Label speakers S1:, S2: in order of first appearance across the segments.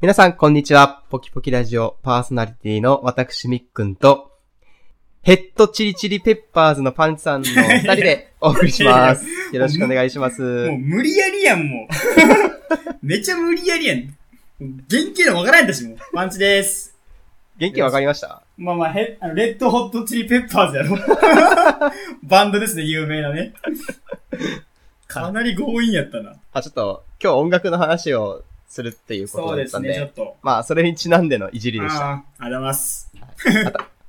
S1: 皆さん、こんにちは。ポキポキラジオパーソナリティの私、みっくんと、ヘッドチリチリペッパーズのパンチさんの二人 でお送りします。よろしくお願いしま
S2: もう
S1: す。
S2: 無理やりやん、もう。 めちゃ無理やりやん。原型のわからんだし、もう。パンチです。
S1: 元気わかりました
S2: まあまあ、へあのレッドホットチリペッパーズやろ。 バンドですね、有名なね。かなり強引やったな。
S1: あ、ちょっと、今日音楽の話をするっていうこ
S2: そ
S1: と
S2: う
S1: だ
S2: で
S1: った
S2: す
S1: ん
S2: ね、ちょ
S1: で、
S2: っと。
S1: まあ、それにちなんでのいじりでした。
S2: ああ、ありがとうございます。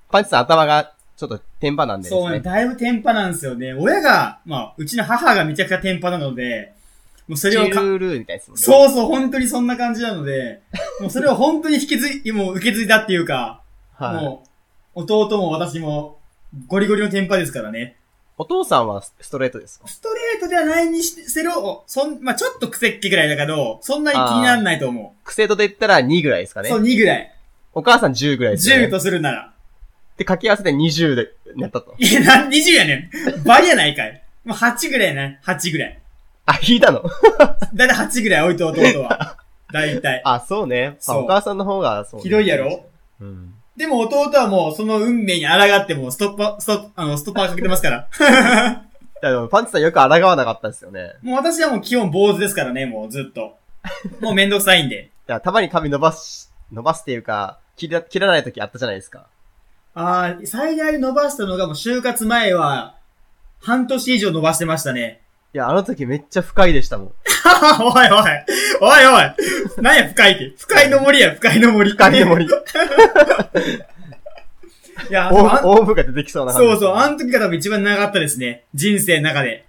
S1: パンチさん、頭がちょっと天パなんでで
S2: そう
S1: す
S2: ね、
S1: ね。
S2: だいぶテンパなんですよね。親が、まあ、うちの母がめちゃくちゃテンパなので、もうそ
S1: チ
S2: れをか、
S1: ュールーみたいですもんね。
S2: そうそう、本当にそんな感じなので、もうそれを本当に引き継い、もう受け継いだっていうか、
S1: はい。
S2: もう、弟も私も、ゴリゴリのテンパですからね。
S1: お父さんはストレートですか
S2: ストレートではないにしてせろ、そん、まあ、ちょっと癖っ気ぐらいだけど、そんなに気にならないと思
S1: クセートで言ったら2ぐらいですか
S2: う。
S1: ね
S2: そう、。2ぐらい。
S1: お母さん10ぐらいですよね。
S2: 10とするなら。
S1: で、掛け合わせで20で、なったと。
S2: いや、なん、20やねん。倍やないかい。もう8ぐらいやね。8ぐらい。
S1: あ、引いたの
S2: だいたい8ぐらい置いと弟は。だいたい。
S1: あ、そうね。
S2: そ
S1: あ
S2: う
S1: お母さんの方がそう、
S2: ひどいやろ
S1: うん。
S2: でも弟はもう、その運命に抗ってもう、ストッパー、ストッ、あの、ストッパーかけてますか
S1: だ
S2: ら。
S1: からパンツさんよく抗わなかったですよね。
S2: もう私はもう基本坊主ですからね、もうずっと。もうめんどくさいんで。
S1: だからたまに髪伸ばし、伸ばすっていうか、切ら、切らない時あったじゃないですか。
S2: ああ、最大伸ばしたのがもう就活前は、半年以上伸ばしてましたね。
S1: いや、あの時めっちゃ不快でしたもん。
S2: おいおい。おいおい。なんや、深いって。深いの森や、深いの森。
S1: 不快の。森。
S2: いや、でも あん
S1: オーブが出てきそうな感じ。
S2: そうそう、あの時が多分一番長かったですね。人生の中 で。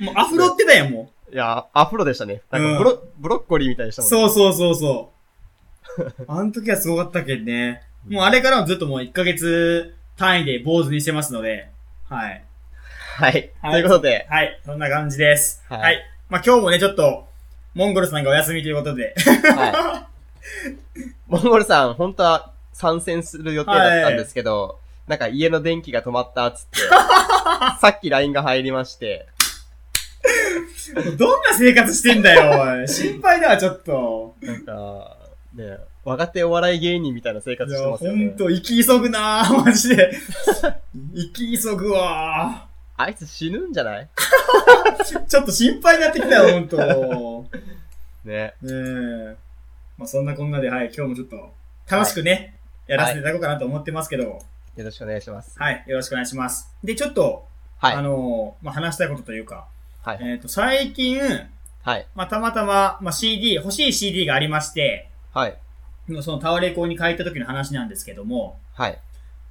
S2: もうアフロってたやん、も
S1: いや、アフロでしたね。なんかブロ、ブロッコリーみたいでした
S2: う。
S1: もんね。
S2: そうそうそうそう。あの時はすごかったけどね。もうあれからはずっともう1ヶ月単位で坊主にしてますので。はい。
S1: はい。
S2: はい
S1: ということで、
S2: はい、そんな感じです。
S1: は
S2: はいい。まあ、今日もね、ちょっと、モンゴルさんがお休みということで。
S1: はい。 モンゴルさん、本当は参戦する予定だったんですけど、なんか家の電気が止まったっつ って、さっき LINE が入りまして、
S2: どんな生活してんだよ、おい。心配だわ、ちょっと。
S1: なんか、ね、若手お笑い芸人みたいな生活
S2: い
S1: して
S2: や、
S1: ますよ
S2: ほ
S1: ね
S2: ん。と、生き急ぐな ぁ、マジで。生き急ぐわ
S1: あいつ死ぬんじゃない
S2: ぁ。ちょっと心配になってきたよ、ほ んと。
S1: ね。
S2: ねえ。まあ、そんなこんなで、はい、今日もちょっと、楽しくね、やらせていただこうかなと思ってますけど、
S1: よろしくお願いします。
S2: はい、よろしくお願いします。で、ちょっと、
S1: はい
S2: あ。のーまあ、話したいことというか、
S1: はい。
S2: えっ、と、最近、
S1: はい。
S2: まあ、たまたま、まあ、CD、欲しい CD がありまして、
S1: はい。
S2: そのタワレコに変えた時の話なんですけども、
S1: はい。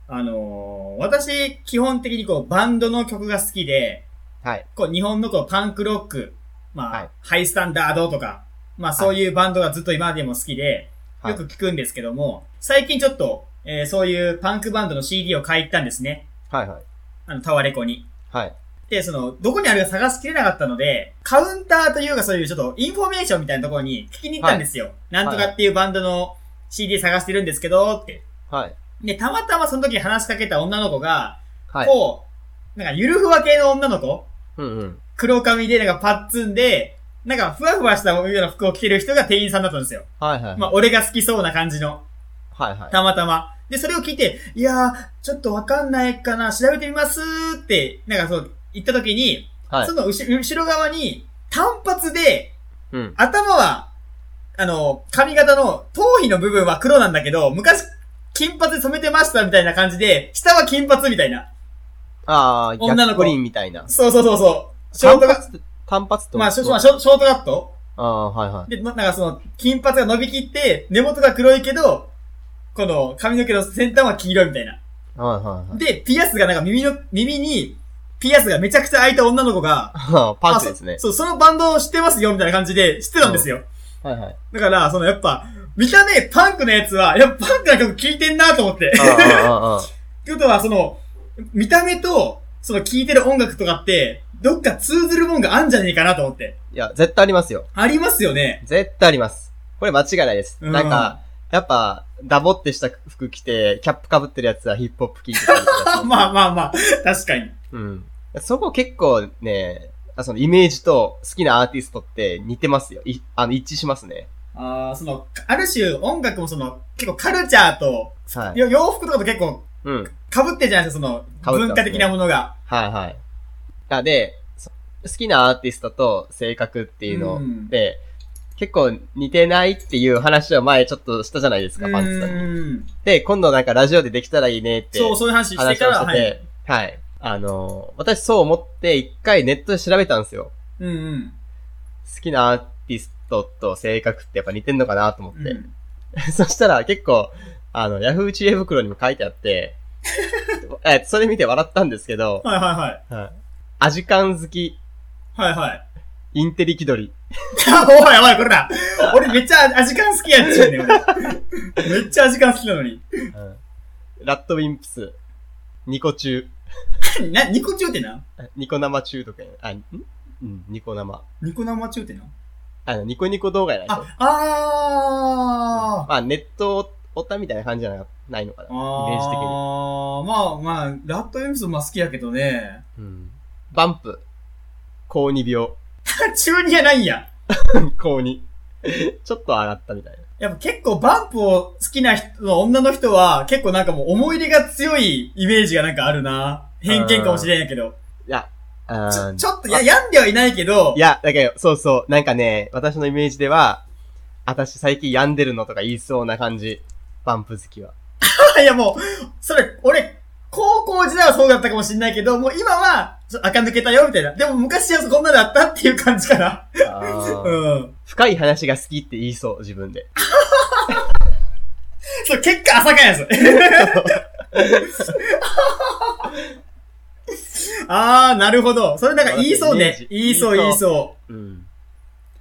S2: あのー私、基本的にこう、バンドの曲が好きで、
S1: はい。
S2: こう、日本のこう、パンクロック、まあ、
S1: はい
S2: ハイスタンダードとか、まあ、そういうバンドがずっと今までも好きで、
S1: はい
S2: よく聞くんですけども、最近ちょっと、えーそういうパンクバンドの CD を買いに行ったんですね。
S1: はい。はい。
S2: あの、タワレコに。
S1: はい。
S2: で、その、どこにあるか探しきれなかったので、カウンターというかそういうちょっとインフォメーションみたいなところに聞きに行ったんですよ。なんとかっていうバンドの CD 探してるんですけど、って。
S1: はい。
S2: で、たまたまその時話しかけた女の子が、
S1: はい。
S2: こう、なんかゆるふわ系の女の子
S1: うんうん。
S2: 黒髪でなんかパッツンで、なんかふわふわしたような服を着てる人が店員さんだったんですよ。
S1: はいはい。
S2: まあ、俺が好きそうな感じの。
S1: はいはい。
S2: たまたま。で、それを聞いて、いやー、ちょっとわかんないかな、調べてみますーって、なんかそう、言った時に、
S1: はい
S2: そ。の後ろ後ろ側に、単発で、
S1: うん。
S2: 頭は、あの、髪型の頭皮の部分は黒なんだけど、昔、金髪染めてましたみたいな感じで、下は金髪みたいな。
S1: ああ、
S2: 女の子
S1: 逆プリンみたいな。
S2: そうそうそうそう。ショート
S1: 単
S2: カ
S1: 発って単発って
S2: まあ、ショまあ
S1: あ
S2: ショショートカット
S1: あー、はいはい。
S2: で、ななんかその、金髪が伸びきって、根元が黒いけど、この髪の毛の先端は黄色いみたいな。
S1: はいはいはい。
S2: で、ピアスがなんか耳の、耳に、ピアスがめちゃくちゃ開いた女の子が、
S1: あーパンツですね
S2: あ。そう、そうそのバンドを知ってますよみたいな感じで知ってたんですよ。
S1: はいはい。
S2: だから、そのやっぱ、見た目パンクのやつは、やっぱパンクな曲聴いてんなと思って。
S1: あーあー、あー
S2: ってことは、その、見た目と、その聴いてる音楽とかって、どっか通ずるもんがあんじゃねえかなと思って。
S1: いや、絶対ありますよ。
S2: ありますよね。
S1: 絶対あります。これ間違いないです。
S2: うん
S1: なんか、やっぱ、ダボってした服着て、キャップ被ってるやつはヒップホップ聴いてたりとか
S2: あ
S1: して。
S2: まあまあまあ、確かに。
S1: うん。そこ結構ね、あそのイメージと好きなアーティストって似てますよ。いあの、一致しますね。
S2: あーその、ある種音楽もその、結構カルチャーと、
S1: はい。
S2: よ洋服とかと結構
S1: うん。
S2: 被ってるじゃないですか、そ
S1: 被
S2: の、
S1: ってますね
S2: 文化的なものが。
S1: はいはい。あで、そ好きなアーティストと性格っていうの
S2: うん
S1: で、結構似てないっていう話を前ちょっとしたじゃないですか、パンツさんに。
S2: うん。
S1: で、今度なんかラジオでできたらいいねって
S2: そう、そういう話して
S1: 話
S2: か
S1: を
S2: ら、
S1: して
S2: はい。
S1: て、はい。あのー、私そう思って一回ネットで調べたんですよ。
S2: うんうん
S1: 好きなアーティストと性格ってやっぱ似てんのかなと思っ
S2: うん。
S1: て。 そしたら結構、あの、ヤフー知恵袋にも書いてあって、 えそれ見て笑ったんですけど、
S2: はいはいはい。
S1: はい。アジカン好き、
S2: はいはい。
S1: インテリ気取り。
S2: あ おいおい、これだ。俺めっちゃアジカン好きやっちゅうねん、俺。めっちゃアジカン好きなのに。
S1: ラッドウィンプス、ニコ中、
S2: な、ニコ中ってな
S1: ニコ生中とかや、あ、んうん、ニコ生。
S2: ニコ生中ってな
S1: あの、ニコニコ動画やないと。
S2: あ、あー。
S1: まあ、ネットを追ったみたいな感じじゃなないのかな。イメージ的に。
S2: あー、まあまあ、ラットウィンプスも好きやけどね。
S1: うん。バンプ、高二病、
S2: 中二やないんや。
S1: 高二。 ちょっと上がったみたいな。
S2: やっぱ結構バンプを好きな人の女の人は結構なんかもう思い入れが強いイメージがなんかあるな。偏見かもしれんやけど。
S1: あ
S2: ち
S1: ー
S2: ょ、ちょっと、いや、病んではいないけど
S1: い、や、だけど、そうそう。なんかね、私のイメージでは、私最近病んでるのとか言いそうな感じ。バンプ好きは。
S2: いやもう、それ、俺、高校時代はそうだったかもしれないけど、もう今は、ちょっと垢抜けたよ、みたいな。でも昔はこんなだったっていう感じ かな。うん。
S1: 深い話が好きって言いそう、自分で。
S2: そう、結果浅かいやつ。 あー、なるほど。それなんか言いそう
S1: イメー
S2: ね
S1: ジ。
S2: 言いそう、
S1: 言
S2: 言
S1: いそ
S2: い
S1: う
S2: そう。
S1: うん。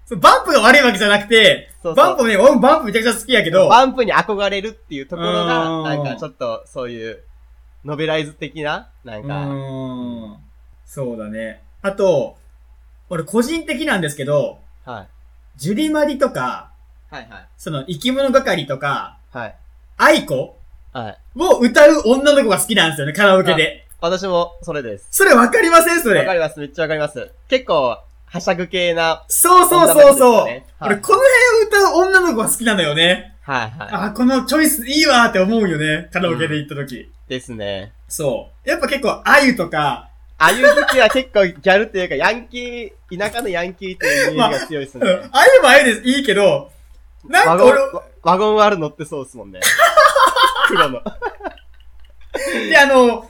S2: そうバンプが悪いわけじゃなくて、
S1: そうそう
S2: バンプね、俺もバンプめちゃくちゃ好きやけど、
S1: バンプに憧れるっていうところ
S2: う
S1: が、
S2: ん
S1: なんかちょっとそういう、ノベライズ的な、なん
S2: う
S1: か、
S2: ーん。そうだね。あと、俺個人的なんですけど、
S1: はい。
S2: ジュリマリとか、
S1: はいはい。
S2: その生き物係とか、
S1: はい。
S2: アイコ
S1: はい。
S2: を歌う女の子が好きなんですよね、カラオケで。
S1: 私もそれです。
S2: それわかりません そ
S1: わか
S2: れ。
S1: ります。めっちゃわかります。結構、はしゃぐ系な、
S2: そうそう
S1: 女の
S2: そう
S1: 子です
S2: そ
S1: よ
S2: う。
S1: ねはい
S2: 俺、この辺を歌う女の子が好きなのよね。
S1: はいは
S2: あ、このチョイスいいわーって思うよね、カラオケで行った時。
S1: い。ですね。
S2: そう。やっぱ結構、あゆとか、
S1: あゆ好きは結構ギャルっていうか、ヤンキー、田舎のヤンキーっていうイメージが強いです
S2: うん
S1: ね。
S2: あゆもあゆです、いいけど、な
S1: ワ
S2: んか
S1: ゴン
S2: 俺、、
S1: ワゴン R 乗ってそうですもんね。黒の。
S2: で、あの、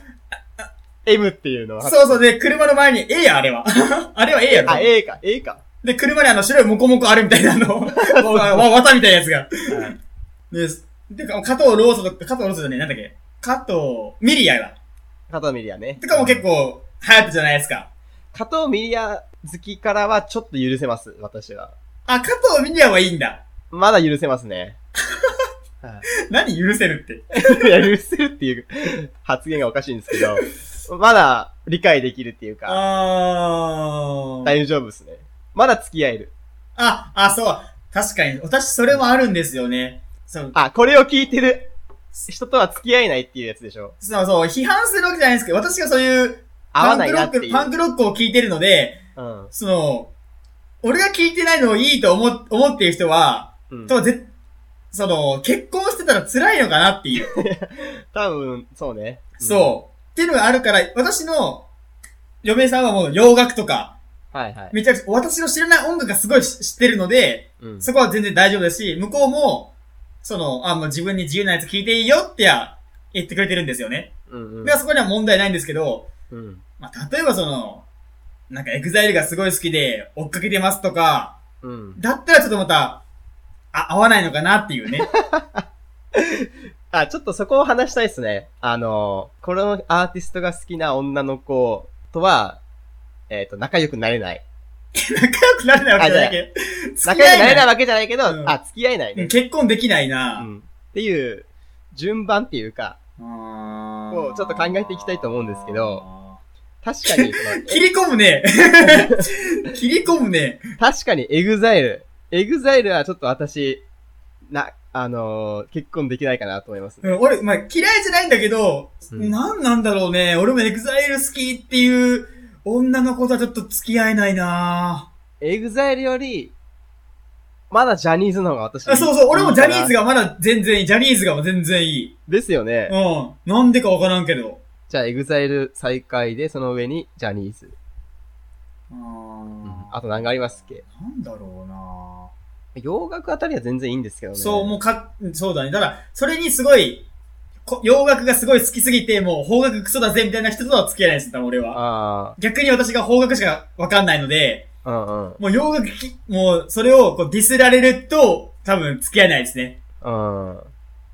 S1: M っていうのは。
S2: そうそう、で、車の前に、ええや、あれは。 あれはええやろ。
S1: あ、A か、A か。
S2: で、車にあの、白いモコモコあるみた いなあの、わ、わ、わたみたいなやつが。
S1: はい
S2: で、でか、加藤ローソとか、加藤ローソじゃねえ、なんだっけ加藤、ミリアだ。
S1: 加藤ミリアね。
S2: とかも結構、流行ったじゃないですか。
S1: 加藤ミリア好きからはちょっと許せます、私は。
S2: あ、加藤ミリアはいいんだ。
S1: まだ許せますね。は
S2: 何許せるって。
S1: いいや、許せるっていう発言がおかしいんです けど、まだ理解できるっていうか、
S2: あー。
S1: 大丈夫ですね。まだ付き合える。
S2: あ、あ、そう。確かに、私それもあるんですよね。そう、
S1: あ、これを聞いてる人とは付き合えないっていうやつでしょ。
S2: そう、そう、批判するわけじゃないんですけど、私がそういう、
S1: 合
S2: パ
S1: わ
S2: ン
S1: な
S2: ク
S1: い
S2: ロ
S1: な
S2: ッ
S1: って
S2: ク、
S1: いう。
S2: パンクロックを聞いてるので、
S1: うん。
S2: その、俺が聞いてないのをいいと思っ、思ってる人は、
S1: うん。
S2: とぜ、その、結婚してたら辛いのかなっていう。
S1: 多分、そうね。
S2: そう。っていうのがあるから、私の、嫁さんはもう洋楽とか、
S1: うん。はいはい。
S2: めちゃくちゃ、私の知らない音楽がすごいし知ってるので、
S1: うん。
S2: そこは全然大丈夫だし、向こうも、その、あ、もう自分に自由なやつ聞いていいよってや、言ってくれてるんですよね。
S1: うんうん
S2: で、そこには問題ないんですけど、
S1: うん。
S2: まあ、例えばその、なんかエグザイルがすごい好きで、追っかけてますとか、
S1: うん。
S2: だったらちょっとまた、あ、合わないのかなっていうね。
S1: あ、ちょっとそこを話したいですね。あの、このアーティストが好きな女の子とは、えっ、と、仲良くなれない。
S2: 仲良くなれないわけじゃないけど。付き
S1: 仲良くなれ
S2: 合え
S1: な
S2: ない
S1: いわけじゃないけど、
S2: うん
S1: あ、付き合えない
S2: うん。
S1: ね。
S2: 結婚できないうな、
S1: ん。っていう、順番っていうか、
S2: あー
S1: こうちょっと考えていきたいと思うんですけど。確かに、そ の
S2: 切り込むね。 切り込むね。
S1: 確かにエグザイル。エグザイルはちょっと私、な、あのー結婚できないかなと思いますね。
S2: うん俺、まあ、嫌いじゃないんだけど、
S1: うん
S2: なんなんだろうね。俺もエグザイル好きっていう女の子とはちょっと付き合えないな
S1: エグザイルより、まだジャニーズの方が私。
S2: あそうそう、俺もジャニーズ
S1: が。
S2: がまだ全然いい。ジャニーズが全然いい。
S1: ですよね。
S2: うん。なんでかわからんけど。
S1: じゃあ、エグザイル最下位で、その上にジャニーズ。
S2: う
S1: うん
S2: ん。
S1: あと何がありますっけ
S2: なんだろうな
S1: 洋楽あたりは全然いいんですけどね。
S2: そう、もうか、そうだね。ただ、それにすごい、こ洋楽がすごい好きすぎて、もう邦楽クソだぜみたいな人とは付き合えないです、多分俺は。
S1: あ
S2: 逆に私が邦楽しかわかんないので、
S1: あ、うんうん。
S2: もう洋楽き、もうそれをこうディスられると、多分付き合えないですね。
S1: うん。あ
S2: も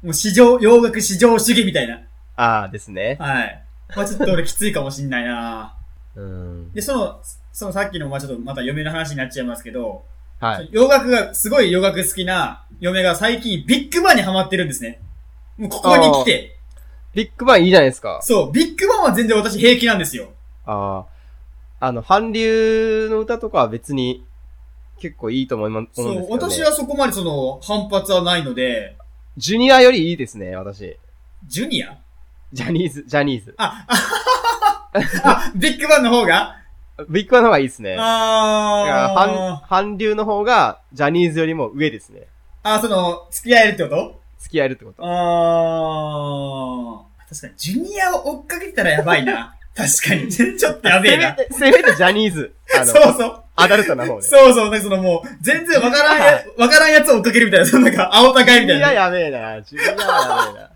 S2: う市場、洋楽市場主義みたいな。
S1: あーですね。
S2: はい。まあちょっと俺きついかもしんないな
S1: うん。
S2: で、その、そのさっきの、まあちょっとまた嫁の話になっちゃいますけど、
S1: はい。
S2: 洋楽が、すごい洋楽好きな嫁が最近ビッグバンにハマってるんですね。もうここに来て。
S1: ビッグバンいいじゃないですか。
S2: そう、ビッグバンは全然私平気なんですよ。
S1: ああ。あの、韓流の歌とかは別に結構いいと思います。思う
S2: そ
S1: んで
S2: う
S1: す、けど、ね。
S2: 私はそこまでその、反発はないので、
S1: ジュニアよりいいですね、私。
S2: ジュニア
S1: ジャニーズ、ジャニーズ。
S2: あ、ビッグバンの方が
S1: ビッグバンの方がいいですね。だから、韓
S2: あー。
S1: 韓流の方が、ジャニーズよりも上ですね。
S2: あ、その、付き合えるってこと
S1: 付き合えるってこと。
S2: あー。確かに、ジュニアを追っかけてたらやばい な。確かに。ちょっとやべえな。
S1: せめて、せめてジャニーズ。あの、
S2: そうそう。
S1: アダルトな方で。
S2: そうそう、なんかそのもう、全然わからんや、わからんやつを追っかけるみたいな、そのなんか、青高いみ
S1: ジュ
S2: た
S1: ニ
S2: い
S1: アや
S2: な。
S1: べえな。ジュニアやべえな。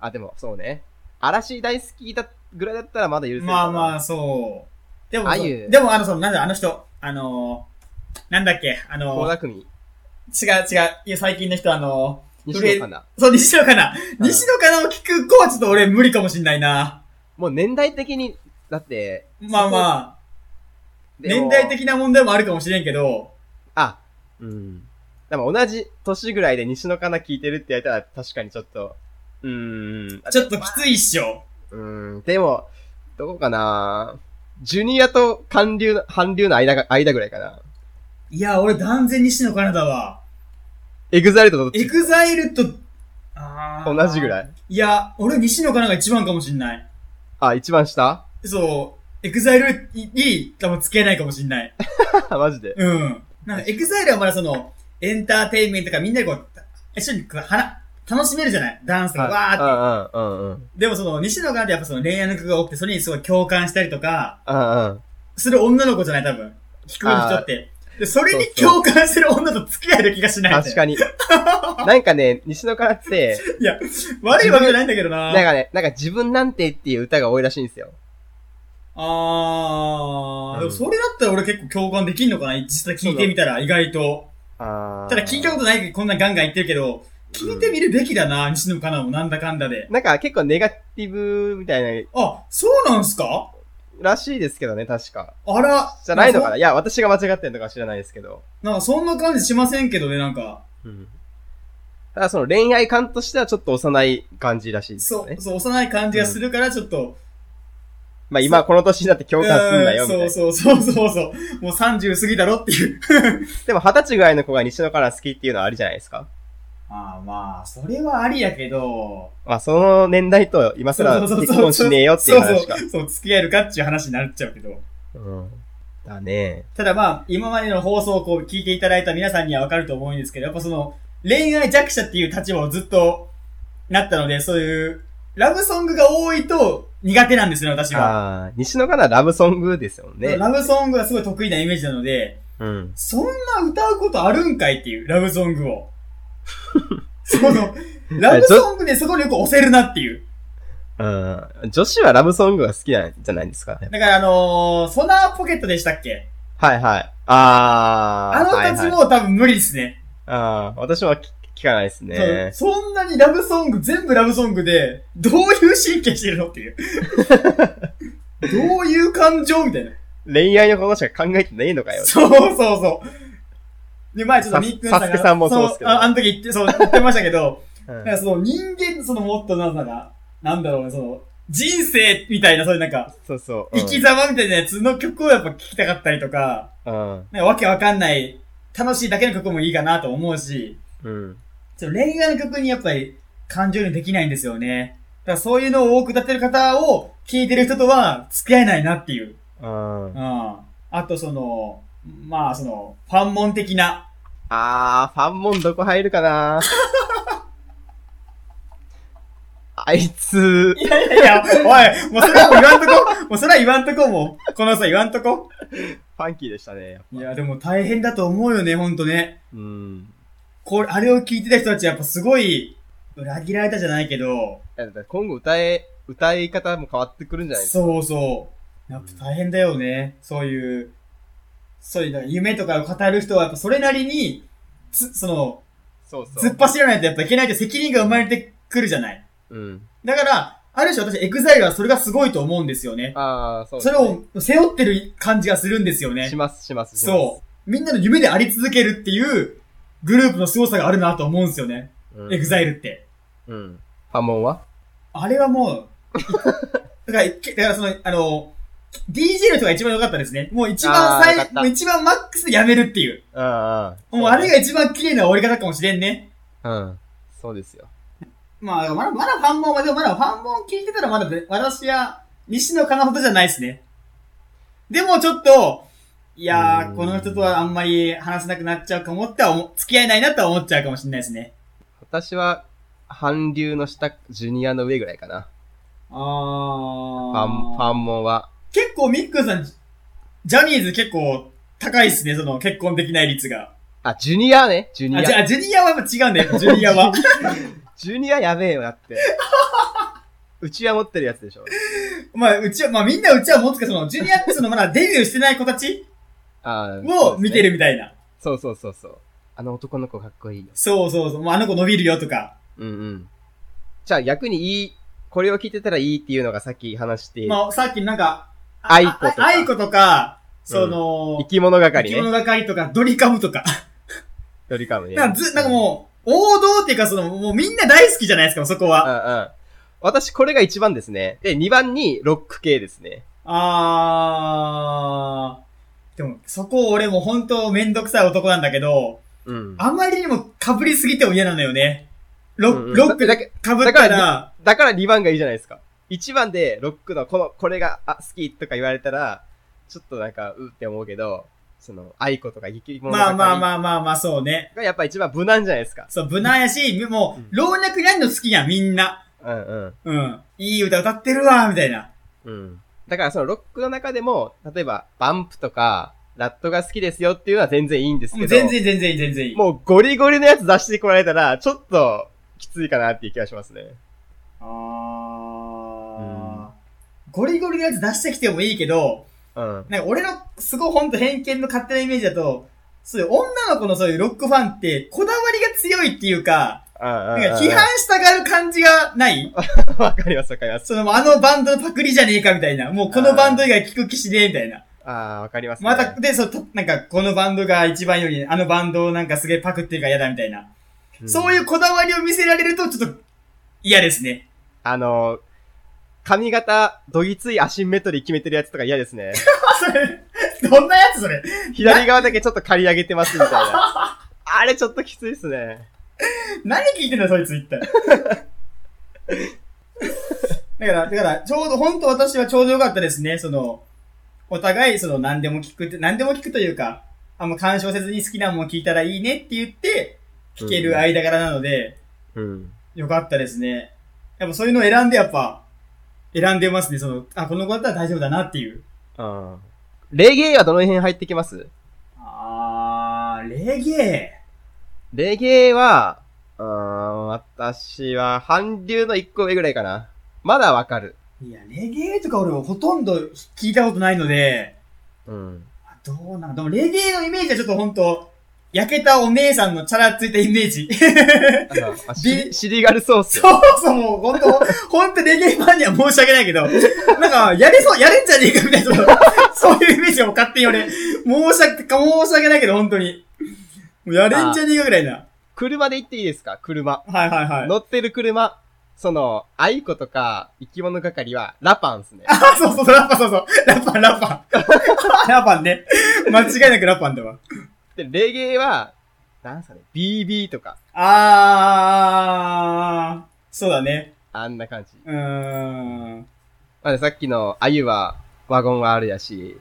S1: あ、でも、そうね。嵐大好きだ、ぐらいだったらまだ許せるかな。
S2: まあまあ、そう。でも、
S1: あ
S2: そ
S1: ゆ
S2: でもあの、その、なんだ、あの人、あのー、なんだっけ、あ
S1: 倖
S2: の
S1: 田組。
S2: ー、違う違ういや、最近の人あの
S1: 西野かな。
S2: ー、そう、西野かな。
S1: うん
S2: 西野かなを聞く子はちょっと俺無理かもしんないな。
S1: もう年代的に、だって、
S2: まあまあ、
S1: でも
S2: 年代的な問題もあるかもしれんけど、
S1: あ、うん。でも同じ年ぐらいで西野カナ聞いてるって言われたら確かにちょっと、うーん。
S2: ちょっときついっしょ。
S1: うーん。でも、どこかなジュニアと韓流の、韓流の間が、間ぐらいかな。
S2: いや、俺断然西野かなだわ。
S1: エグザイルとどっ
S2: エ
S1: ち
S2: グザイルと、あー
S1: 同じぐらい。
S2: いや、俺西野かなが一番かもしんない。
S1: あ、一番下
S2: そう、エグザイルに多分付けないかもしんない。
S1: マジで。
S2: うん。なんかエグザイルはまだその、エンターテインメントがみんなでこう、一緒にこう、はな、楽しめるじゃないダンスがわーって。
S1: あうんうんうんうん。
S2: でもその、西野がってやっぱその恋愛の曲が多くて、それにすごい共感したりとか、
S1: うん うん。
S2: する女の子じゃない多分。聞く人って。で、それに
S1: そう
S2: 共感する女と付き合える気がしない。
S1: 確かに。 なんかね、西野カナって、
S2: に。いや、悪いわけじゃないんだけどな。
S1: なんかね、なんか自分なんてっていう歌が多いらしいんですよ。
S2: あー、で
S1: うん
S2: もそれだったら俺結構共感できんのかな実際聞いてみたら意外と。
S1: あー
S2: ただ聞いたことないけど、こんなガンガン言ってるけど、聞いてみるべきだな、西野カナもなんだかんだで。
S1: なんか結構ネガティブみたいな、
S2: あ、そうなんすから
S1: しいですけどね、確か。
S2: あら。
S1: じゃないのかなん
S2: なか
S1: いや、私が間違ってるのかは知らないですけど。
S2: そなんかそんな感じしませんけどね、なんか。
S1: うん。ただその恋愛感としてはちょっと幼い感じらしいです
S2: そ
S1: よね
S2: う、。そう、幼い感じがするから、ちょっと。
S1: まあ今この年になって共感するんだよ、みたい
S2: うん
S1: な。
S2: そうそうそうそうそう。もう30過ぎだろっていう。
S1: でも二十歳ぐらいの子が西野カナ好きっていうのはありじゃないですか。
S2: ああまあ、それはありやけど。
S1: まあその年代と今更
S2: そうそうそう
S1: 結
S2: そう
S1: 婚しねえよっていう話
S2: そ
S1: か
S2: う。そう、そう、付き合えるかっていう話になっちゃうけど。
S1: うん。だね。
S2: ただまあ、今までの放送をこう聞いていただいた皆さんにはわかると思うんですけど、やっぱその、恋愛弱者っていう立場をずっとなったので、そういう、ラブソングが多いと苦手なんですね、私は。
S1: ああ、西野カナラブソングですよね。
S2: ラブソングがすごい得意なイメージなので、
S1: うん。
S2: そんな歌うことあるんかいっていう、ラブソングを。 その、ラブソングでそこによく押せるなっていう。
S1: うん。女子はラブソングが好きなんじゃないですかね。
S2: だからあのーソナーポケットでしたっけ
S1: はいはい。ああ。
S2: あの
S1: はい
S2: た
S1: は
S2: ち
S1: い
S2: も多分無理ですね。
S1: ああ、私は聞聞かないですね。
S2: そうそんなにラブソング、全部ラブソングで、どういう神経してるのっ ていう。どういう感情みたいな。
S1: 恋愛のことしか考えてないのかよ。
S2: そうそうそう。で、前ちょっと
S1: さ
S2: みっくんさんが。
S1: サスケさんもそうっすけど
S2: ああの時言って、そう、言ってましたけど、
S1: うん
S2: なんかその人間、そのもっとなんだか、なんだろうね、その、人生みたいな、そういうなんか、
S1: そうそう。うん
S2: 生き様みたいなやつの曲をやっぱ聴きたかったりとか、
S1: うん。
S2: なんかわけわかんない、楽しいだけの曲もいいかなと思うし、
S1: うん。
S2: ちょっと恋愛の曲にやっぱり感情にできないんですよね。だからそういうのを多く歌ってる方を聴いてる人とは付き合えないなっていう。
S1: うん
S2: うん。あとその、まあその、ファンモン的な、
S1: あー、ファンモンどこ入るかなあいつ、
S2: いやいやいや、おい、もうそれはもう言わんとこ、もうそれは言わんとこ、もう。このさ、言わんとこ。
S1: ファンキーでしたね。
S2: いや、でも大変だと思うよね、ほんとね。
S1: うん。
S2: これ、あれを聞いてた人たちやっぱすごい、裏切られたじゃないけど、
S1: いやだから今後歌え、歌い方も変わってくるんじゃないですか。
S2: そうそう。やっぱ大変だよね、そういう、そういう、だから夢とかを語る人はやっぱそれなりに、つ、その、
S1: そうそう。
S2: 突っ走らないとやっぱいけないと責任が生まれてくるじゃない。
S1: うん。
S2: だから、ある種私、エグザイルはそれがすごいと思うんですよね。
S1: あー、そうで
S2: そ
S1: す
S2: れ
S1: ね、
S2: を背負ってる感じがするんですよね
S1: し。ます、します、します。
S2: そう。みんなの夢であり続けるっていうグループの凄さがあるなと思うんですよね。
S1: う
S2: エグザイルって。
S1: うん。ファンモンは
S2: あれはも う、だから、けだからその、あの、DJ の人が一番良かったですね。もう一番
S1: あー良か
S2: 最、
S1: った
S2: もう一番マックスでやめるっていう。
S1: ああ。
S2: もうあれが一番綺麗な終わり方かもしれんね。
S1: が。うん。そうですよ。
S2: まあ、まだ、まだファンモンは、でもまだファンモン聞いてたらまだ、私や西野カナほどじゃないですね。でもちょっと、いや
S1: う
S2: ー、
S1: ん
S2: この人とはあんまり話せなくなっちゃうかもっては思、付き合えないなとは思っちゃうかもしれないですね。
S1: 私は、韓流の下、ジュニアの上ぐらいかな。
S2: あ
S1: ファン、フ
S2: ー。
S1: ァンモンは。
S2: 結構ミックさん、ジジャニーズ結構高いっすね、その結婚できない率が。
S1: あ、ジュニアね。ジュニ
S2: あ、じゃ
S1: ア。
S2: あ、ジュニアはやっぱ違うんだよ、ジュニアは。
S1: ジュニアやべえよ、だって。うちは持ってるやつでしょ。
S2: まあ、うちは、まあみんなうちは持つけど、その、ジュニアってそのまだデビューしてない子たち
S1: ああ。
S2: を見て
S1: る。
S2: るみたいな。
S1: そうそうそうそう。あの男の子かっこいいよ。
S2: そうそうそう、もうあの子伸びるよとか。
S1: うんうん。じゃあ逆にいい、これを聞いてたらいいっていうのがさっき話して、
S2: まあ、さっきなんか、
S1: 愛子とか
S2: あ愛子とか、その
S1: 生、き物
S2: 生
S1: 係
S2: き
S1: ね
S2: 物。係とか、ドリカムとか。
S1: ドリカムね。
S2: なんかず、なんかもう、王道っていうか、その、もうみんな大好きじゃないですか、そこ
S1: うん
S2: は。
S1: うん。私、これが一番ですね。で、二番にロック系ですね。
S2: あー。でも、そこ俺も本当めんどくさい男なんだけど、
S1: うん。
S2: あまりにも被りすぎても嫌なのよね。ロ
S1: うんう
S2: ッ
S1: ん
S2: ク、ロック
S1: だ
S2: だ
S1: け
S2: け被ったら、
S1: だから2番がいいじゃないですか。1番でロックのこの、これが、あ、好きとか言われたら、ちょっとなんか、うって思うけど、その、愛子とか生き物
S2: まあまあ
S1: 係
S2: まあまあまあ、そうね。
S1: がやっぱ一番無難じゃないですか。
S2: そう、無難やし、もう、老若男女好きやん、みんな。
S1: うんうん。
S2: うん。いい歌歌ってるわ、みたいな。
S1: うん。だからそのロックの中でも、例えば、バンプとか、ラットが好きですよっていうのは全然いいんですけ
S2: もう
S1: ど、
S2: 全然全然全然いい。
S1: もうゴリゴリのやつ出してこられたら、ちょっと、きついかなっていう気がしますね。
S2: あーゴリゴリのやつ出してきてもいいけど、
S1: うん。
S2: なんか俺のすごいほんと偏見の勝手なイメージだと、そういう女の子のそういうロックファンってこだわりが強いっていうか、
S1: うん
S2: なん
S1: うん
S2: か批判したがる感じがない
S1: うん。わかりますわかります。
S2: そのあのバンドのパクリじゃねえかみたいな。もうこのバンド以外聞く気しねえみたいな。
S1: ああ、わかります、
S2: また、で、そう、となんかこのバンドが一番よりあのバンドをなんかすげえパクってるから嫌だみたいな。
S1: うん
S2: そういうこだわりを見せられるとちょっと嫌ですね。
S1: あの、髪型、どぎついアシンメトリー決めてるやつとか嫌です ね。
S2: あ、それ、どんなやつそれ
S1: 左側だけちょっと刈り上げてますみたいな。 あれちょっときついっすね。
S2: 何聞いてんだよそいつ一体。だから、だから、ちょうど、本当私はちょうどよかったですね。その、お互い、その、何でも聞くって、何でも聞くというか、あんま干渉せずに好きなもん聞いたらいいねって言って、聞ける間柄なので、
S1: うん。
S2: よかったですね。やっぱそういうのを選んで、やっぱ、選んでますね。その、あ、この子だったら大丈夫だなっていう。
S1: うん。レゲエはどの辺入ってきます
S2: あー、レゲエ。
S1: レゲエは、うーん、私は、韓流の一個上ぐらいかな。まだわかる。
S2: いや、レゲエとか俺もほとんど聞いたことないので、
S1: うん。
S2: どうなんでもレゲエのイメージはちょっとほんと、焼けたお姉さんのチャラついたイメージ。
S1: あ のあシシリガルソース。
S2: そうそう、もうほんと、ほんとレゲエファンには申し訳ないけど、なんか、やれそう、やれんじゃねえかみたいな、 ちょっとそういうイメージを勝手に俺、申し訳、か申し訳ないけど、ほんとに。もうやれんじゃねえかぐらいな。
S1: 車で行っていいですか車。
S2: はいはいはい。
S1: 乗ってる車。その、アイコとか、生き物係は、ラパンっすね。
S2: あ、そうそうそう、ラッパそうそう。ラッパン、ラッパン。 ラッパンね。間違いなくラッパンだわ。
S1: で、レゲエは、なんすかね、BB とか、
S2: あー、そうだね。
S1: あんな感じ。
S2: うーん。
S1: まあね、さっきの、あゆは、ワゴンはあるや し、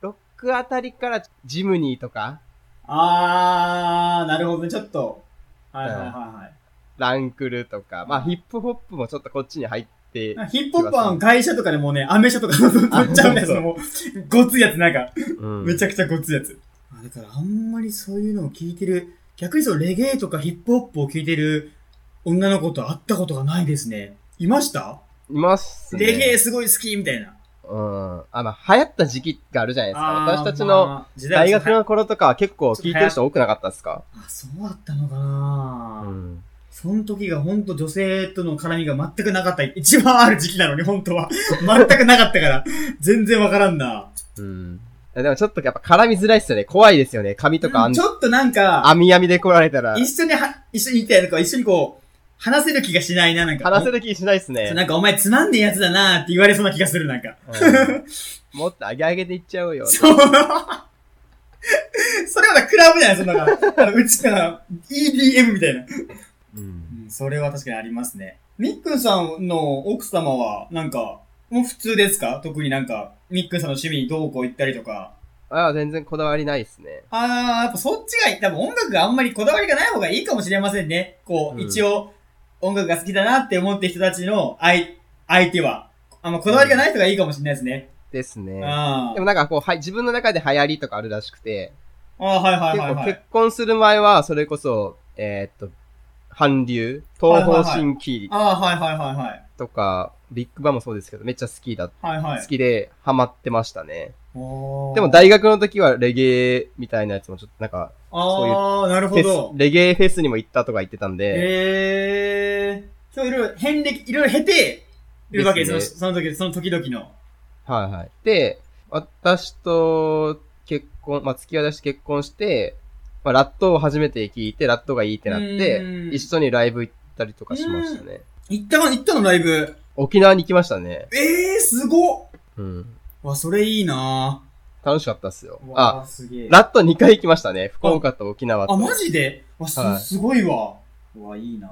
S1: ロックあたりから、ジムニーとか、
S2: ああー、なるほどね、ちょっと。はいはいはいはい。
S1: ランクルとか、まあヒップホップもちょっとこっちに入って、
S2: ヒップホップは会社とかでもうね、アメ車とか乗っちゃうんです
S1: あ
S2: よ。もう、ごついやつ、なんか、
S1: うん
S2: めちゃくちゃごついやつ。あだからあんまりそういうのを聞いてる、逆にそのレゲエとかヒップホップを聞いてる女の子と会ったことがないですね。いました
S1: いますね。
S2: レゲエすごい好きみたいな。
S1: うん。あの、流行った時期があるじゃないですか。
S2: あー
S1: 私たちの、
S2: まあ時代
S1: 大
S2: は
S1: 学
S2: そう
S1: の頃とかは結構聞いてる人多くなかったですか
S2: あ、そうだったのかな、
S1: うん。
S2: その時が本当女性との絡みが全くなかった。一番ある時期なのに、本当は。全くなかったから。全然わからんな。
S1: うん。でもちょっとやっぱ絡みづらいっすよね。怖いですよね。髪とかあん
S2: ち、ょっとなんか、
S1: 網網で来られたら、
S2: 一緒には、一緒にいたやつか、一緒にこう、話せる気がしないな、なんか。
S1: 話せる気しないっすね。
S2: なんかお前つまんねえやつだなって言われそうな気がする、なんか。
S1: うんもっと上げ上げでいっちゃおうよ。
S2: そう。それはクラブじゃない、そんなの。あのうちから EDM みたいな。
S1: うん
S2: それは確かにありますね。みっくんさんの奥様は、なんか、もう普通ですか特になんか、みっくんさんの趣味にどうこう行ったりとか。
S1: ああ、全然こだわりないっすね。
S2: あー、やっぱそっちがいい、多分音楽があんまりこだわりがない方がいいかもしれませんね。こう、
S1: うん
S2: 一応、音楽が好きだなって思ってる人たちの相、相手は。あんまこだわりがない人がいいかもしれないですね。
S1: ですね。
S2: あ
S1: で
S2: ー
S1: もなんかこう、はい、自分の中で流行りとかあるらしくて、
S2: あー、はいはい
S1: 結
S2: はい、
S1: 構
S2: は
S1: 結
S2: い。
S1: 婚する前は、それこそ、えーっと、韓流、東方神起
S2: あー、はいはいはいはい。
S1: とか、ビッグバンもそうですけど、めっちゃ好きだ、
S2: はいは
S1: 好
S2: い。
S1: きでハマってましたね。
S2: おー
S1: でも大学の時はレゲエみたいなやつもちょっとなんか、
S2: あー、なる
S1: フ
S2: ほど
S1: ェス。レゲエフェスにも行ったとか言ってたんで、
S2: へえ。そういろいろ、遍歴、いろいろ経て、いるわけです
S1: です
S2: そのその時、その時々の。
S1: はいはい。で、私と結婚、まあ、付き合い出して結婚して、まあ、ラットを初めて聞いて、ラットがいいってなっ
S2: う
S1: て、
S2: ん
S1: 一緒にライブ行ったりとかしましたね。
S2: 行ったの、行ったの、ライブ。
S1: 沖縄に行きましたね。
S2: ええー、すごっ
S1: うん。
S2: わ、それいいな
S1: 楽しかったっすよ
S2: ぁ。。
S1: あ、
S2: わあ、すげえ。
S1: ラット2回行きましたね。福岡と沖縄
S2: あ、
S1: と。
S2: マジでわ、す、
S1: はい
S2: すごいわ。うわ、いいなぁ。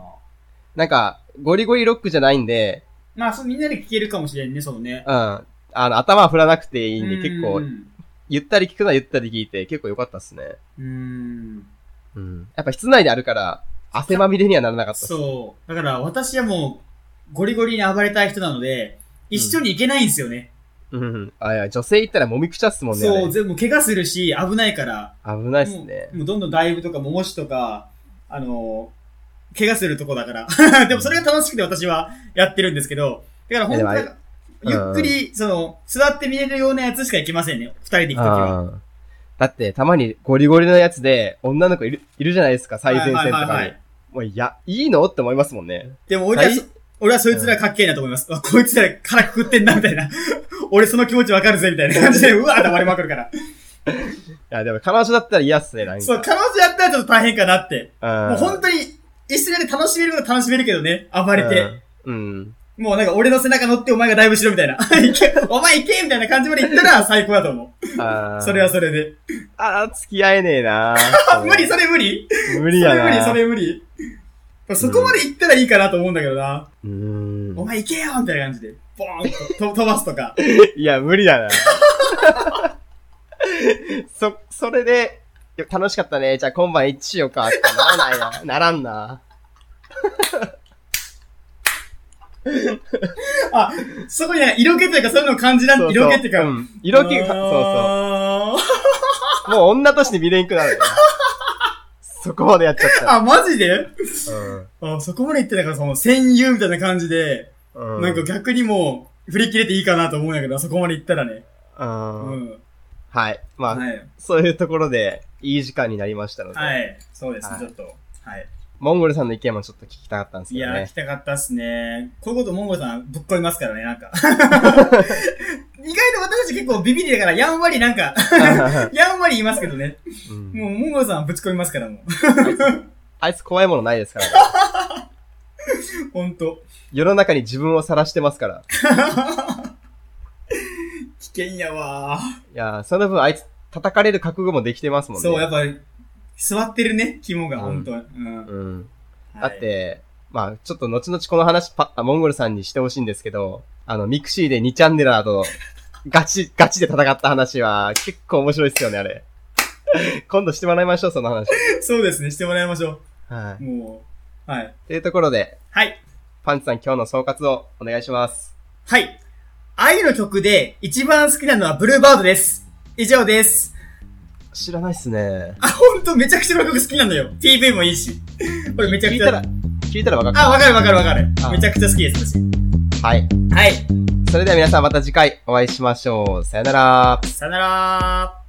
S1: なんか、ゴリゴリロックじゃないんで、
S2: まあ、そうみんなで聞けるかもしれんね、そのね
S1: うん。。あの、頭は振らなくていいんで、
S2: うん
S1: 結
S2: う
S1: 構、
S2: ん
S1: ゆったり聞くのはゆったり聞いて、結構良かったっすね。
S2: うーん。
S1: うん。やっぱ室内であるから、汗まみれにはならなかったっす。
S2: そう。だから、私はもう、ゴリゴリに暴れたい人なので、一緒に行けないんですよね。
S1: うん。あ、いや、女性行ったらもみくちゃっすもんね。あれ
S2: そう、全部怪我するし、危ないから、
S1: 危ないっすね
S2: もう。もうどんどんダイブとか、ももしとか、あのー怪我するとこだから。 でもそれが楽しくて私はやってるんですけど、だから本当
S1: いや
S2: なん
S1: で
S2: かゆっくり、その、座って見えるようなやつしか行きませんね、二人で行くときは。
S1: あーだって、たまにゴリゴリのやつで、女の子いる、いるじゃないですか、最前線と
S2: はいはい
S1: か
S2: はい
S1: に
S2: は。
S1: もう、いや、いいのって思いますもんね。
S2: でも俺は
S1: はい
S2: そ、俺はそいつらかっけえなと思います。わこいつら腹くくってんな、みたいな。 俺その気持ちわかるぜ、みたいな感じ で、うわーって割れまくるから。
S1: いや、でも、彼女だったら嫌っすね、なんか。
S2: そう、彼女やったらちょっと大変かなって。もう本
S1: 当
S2: 当に、一緒に楽しめることは楽しめるけどね、暴れて。。
S1: うん。
S2: もうなんか俺の背中乗ってお前がだいぶしろみたいな。いけお前行けみたいな感じまで行ったら最高だと思
S1: あ
S2: う。
S1: ー
S2: それは。それで。
S1: あー付き合えねえな
S2: あ、 無理それ無理
S1: 無
S2: そ
S1: 理や
S2: れ無理
S1: な
S2: それ無理。そこまで行ったらいいかなと思うんだけどな。
S1: うーん
S2: お前行けよみたいな感じで、ボーンとと飛ばすとか。
S1: いや、無理だな。 そ、それで、いや楽しかったね。じゃあ今晩一致しようか。ってならないな。ならんな。
S2: あ、そこになんか色気というかそういうのを感じらん、
S1: そうそう
S2: 色気っていうか。
S1: うん色気が、そう
S2: そうそう。
S1: そう。もう女として見れんくなる よ。そこまでやっちゃったら。
S2: あ、マジで
S1: うん
S2: あそこまで行ってたからその戦友みたいな感じで、
S1: う
S2: なんか逆にもう振り切れていいかなと思うんだけど、あそこまで行ったらね。う
S1: うん
S2: ん。
S1: はい。まあ、
S2: はい。
S1: そういうところで、いい時間になりましたので、
S2: はい。そうです、
S1: はい
S2: ちょっと。はい。
S1: モンゴルさんの意見もちょっと聞きたかったんです
S2: い
S1: けど
S2: やー、
S1: ね
S2: 来。たかったっすね。こういうこと、モンゴルさん、ぶっこいますから ね、なんか。意外と私たち結構ビビリだから、やんわりなんか、 やんわり言いますけどね。
S1: うん
S2: もう、モンゴルさんはぶち込みますから、 も
S1: あいつ怖いものないですから、ね、
S2: う。ほんと。
S1: 世の中に自分を晒してますから。
S2: 危険やわー。
S1: いやー、その分あいつ叩かれる覚悟もできてますもんね。
S2: そう、やっぱり、座ってるね、肝が、
S1: うん
S2: ほんと。うん。はい
S1: うん。だって、まあちょっと後々この話パモンゴルさんにしてほしいんですけど、あの、ミクシーで2チャンネルなど、ガチ、ガチで戦った話は結構面白いっすよね、あれ。 今度してもらいましょう、その話。
S2: そうですね、してもらいましょ
S1: は
S2: う。
S1: い。
S2: もう、はい。
S1: というところで、
S2: はい。
S1: パンチさん今日の総括をお願いします。
S2: はい。愛の曲で一番好きなのはブルーバードです。以上です。
S1: 知らないっすね。
S2: あ、ほんと、めちゃくちゃこの曲好きなんだよ。PV もいいし。これめちゃく
S1: 聞い
S2: ち
S1: た
S2: ゃ
S1: ら。、聞いたらわかる
S2: あ、わかるわかるわかる
S1: あ。
S2: めちゃくちゃ好きです、私。
S1: はい。
S2: はい。
S1: それでは皆さんまた次回お会いしましょう。さよなら。
S2: さよならー。